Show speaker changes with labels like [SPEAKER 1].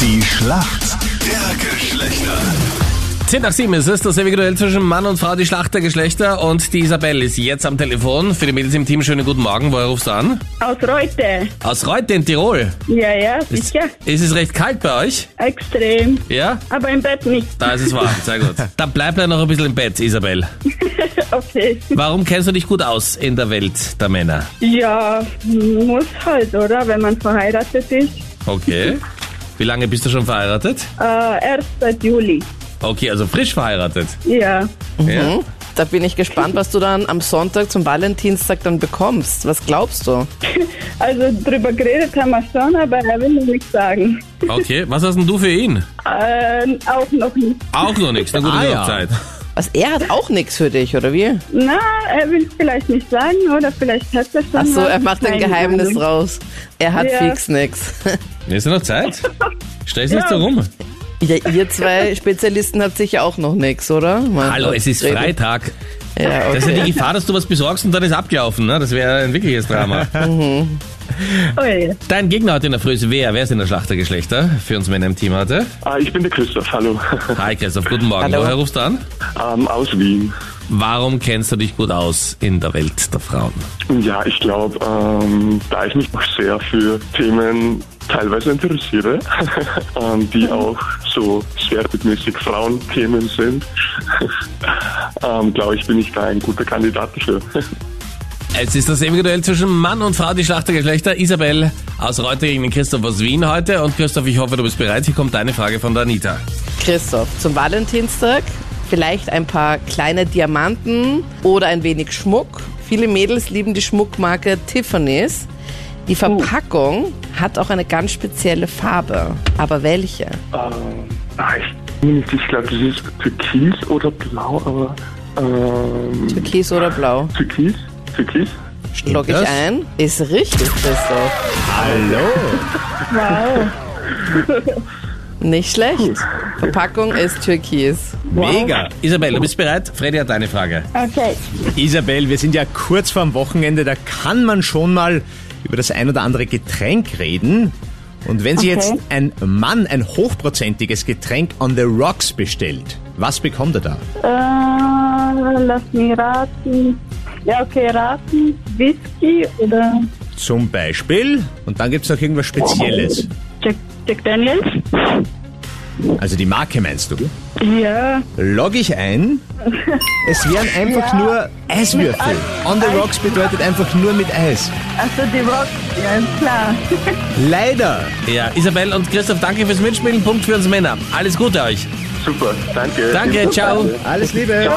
[SPEAKER 1] Die Schlacht der Geschlechter.
[SPEAKER 2] 10 nach 7 ist es, das ewige Duell zwischen Mann und Frau, die Schlacht der Geschlechter. Und die Isabelle ist jetzt am Telefon. Für die Mädels im Team, schönen guten Morgen. Woher rufst du an?
[SPEAKER 3] Aus Reute.
[SPEAKER 2] Aus Reute in Tirol.
[SPEAKER 3] Ja, ja, sicher.
[SPEAKER 2] Ist es recht kalt bei euch?
[SPEAKER 3] Extrem.
[SPEAKER 2] Ja?
[SPEAKER 3] Aber im Bett nicht.
[SPEAKER 2] Da ist es warm, sehr gut. Dann bleib leider noch ein bisschen im Bett, Isabelle.
[SPEAKER 3] Okay.
[SPEAKER 2] Warum kennst du dich gut aus in der Welt der Männer?
[SPEAKER 3] Ja, muss halt, oder? Wenn man verheiratet ist.
[SPEAKER 2] Okay. Wie lange bist du schon verheiratet?
[SPEAKER 3] Äh, erst seit Juli.
[SPEAKER 2] Okay, also frisch verheiratet.
[SPEAKER 3] Ja.
[SPEAKER 2] Ja.
[SPEAKER 4] Mhm.
[SPEAKER 5] Hm? Da bin ich gespannt, was du dann am Sonntag zum Valentinstag dann bekommst. Was glaubst du?
[SPEAKER 3] Also drüber geredet haben wir schon, aber er will noch nichts sagen.
[SPEAKER 2] Okay, was hast denn du für ihn?
[SPEAKER 3] Äh, auch noch nicht.
[SPEAKER 2] Auch noch nichts, eine gute
[SPEAKER 4] Ah, ja.
[SPEAKER 2] Hochzeit.
[SPEAKER 5] Was, Also er hat auch nichts für dich, oder wie?
[SPEAKER 3] Na, er will es vielleicht nicht sagen, oder vielleicht hat er schon.
[SPEAKER 5] Ach so,
[SPEAKER 3] was.
[SPEAKER 5] er macht ein
[SPEAKER 3] Keine
[SPEAKER 5] Geheimnis
[SPEAKER 3] Ahnung.
[SPEAKER 5] raus. Er hat
[SPEAKER 3] Ja.
[SPEAKER 5] fix nichts.
[SPEAKER 2] Ist ja noch Zeit? Stress nicht
[SPEAKER 3] Ja.
[SPEAKER 2] so rum.
[SPEAKER 4] Also
[SPEAKER 5] Ja, ihr zwei Spezialisten habt sicher auch noch nichts, oder? Mein
[SPEAKER 2] Hallo,
[SPEAKER 5] Gott,
[SPEAKER 2] es ist
[SPEAKER 5] reden.
[SPEAKER 2] Freitag.
[SPEAKER 5] Ja,
[SPEAKER 2] Das ist ja
[SPEAKER 5] okay.
[SPEAKER 2] die Gefahr, dass du was besorgst und dann ist abgelaufen. Ne? Das wäre ein wirkliches Drama.
[SPEAKER 3] Ui.
[SPEAKER 2] Dein Gegner heute in der Früh ist wer? Wer ist in der Schlachtergeschlechter für uns Männer im Team heute?
[SPEAKER 6] Ah, ich bin der Christoph, hallo.
[SPEAKER 2] Hi Christoph, guten Morgen.
[SPEAKER 5] Hallo.
[SPEAKER 2] Woher rufst du an?
[SPEAKER 6] ähm, aus Wien.
[SPEAKER 2] Warum kennst du dich gut aus in der Welt der Frauen?
[SPEAKER 6] Ja, ich glaube, ähm, da ich mich auch sehr für Themen teilweise interessiere, ähm, die auch so schwerpunktmäßig Frauenthemen sind, ähm, glaube ich, bin ich da ein guter Kandidat dafür.
[SPEAKER 2] Es ist das ewige Duell zwischen Mann und Frau, die Schlachtergeschlechter. Isabel aus Reuter gegen den Christoph aus Wien heute. Und Christoph, ich hoffe, du bist bereit. Hier kommt deine Frage von der Anita.
[SPEAKER 5] Christoph, zum Valentinstag vielleicht ein paar kleine Diamanten oder ein wenig Schmuck. Viele Mädels lieben die Schmuckmarke Tiffany's.
[SPEAKER 3] Oh.
[SPEAKER 5] Die Verpackung hat auch eine ganz spezielle Farbe. Aber welche?
[SPEAKER 6] Ähm, ah, ich bin mir nicht, ich glaube, das ist Türkis oder Blau, aber ähm,
[SPEAKER 5] Türkis oder blau?
[SPEAKER 6] Türkis? Türkis?
[SPEAKER 5] Log ich
[SPEAKER 2] das?
[SPEAKER 5] ein. Ist richtig, Christoph.
[SPEAKER 3] Wow.
[SPEAKER 5] Nicht schlecht. Verpackung ist Türkis.
[SPEAKER 2] Mega. Isabel, du bist bereit? Freddy hat deine Frage.
[SPEAKER 3] Okay.
[SPEAKER 4] Isabel, wir sind ja kurz vorm Wochenende, da kann man schon mal über das ein oder andere Getränk reden. Und wenn sich
[SPEAKER 3] Okay.
[SPEAKER 4] jetzt ein Mann ein hochprozentiges Getränk on the rocks bestellt, was bekommt er da?
[SPEAKER 3] Äh, lass mich raten. Ja, okay, raten. Whisky oder
[SPEAKER 4] Zum Beispiel, und dann gibt's noch irgendwas Spezielles.
[SPEAKER 3] Jack, Jack Daniels?
[SPEAKER 4] Also die Marke meinst du?
[SPEAKER 3] Ja.
[SPEAKER 4] Log ich ein, es wären einfach nur Eiswürfel. On the rocks bedeutet einfach nur mit Eis.
[SPEAKER 3] Also die Rock, ja, ist klar.
[SPEAKER 4] Leider
[SPEAKER 2] Ja, Isabel und Christoph, danke fürs Mitspielen. Punkt für uns Männer. Alles Gute euch.
[SPEAKER 6] Super, danke.
[SPEAKER 2] Danke, ciao.
[SPEAKER 4] Alles Liebe.